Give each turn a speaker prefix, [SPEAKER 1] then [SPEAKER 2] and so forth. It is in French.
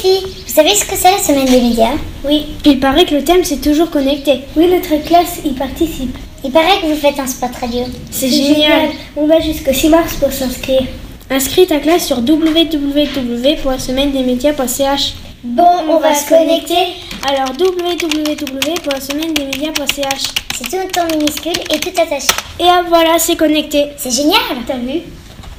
[SPEAKER 1] filles, vous savez ce que c'est la semaine des médias
[SPEAKER 2] Oui, il paraît que le thème c'est toujours connecté. Oui, notre classe y participe.
[SPEAKER 1] Il paraît que vous faites un spot radio.
[SPEAKER 2] C'est génial.
[SPEAKER 3] On va jusqu'au 6 mars pour s'inscrire.
[SPEAKER 2] Inscris ta classe sur www.semaine-des-médias.ch.
[SPEAKER 3] Bon, on, va, se connecter.
[SPEAKER 2] Alors www.semaine-des-médias.ch.
[SPEAKER 1] C'est tout en minuscule et tout attaché.
[SPEAKER 2] Et ah, voilà, c'est connecté.
[SPEAKER 1] C'est génial
[SPEAKER 3] T'as vu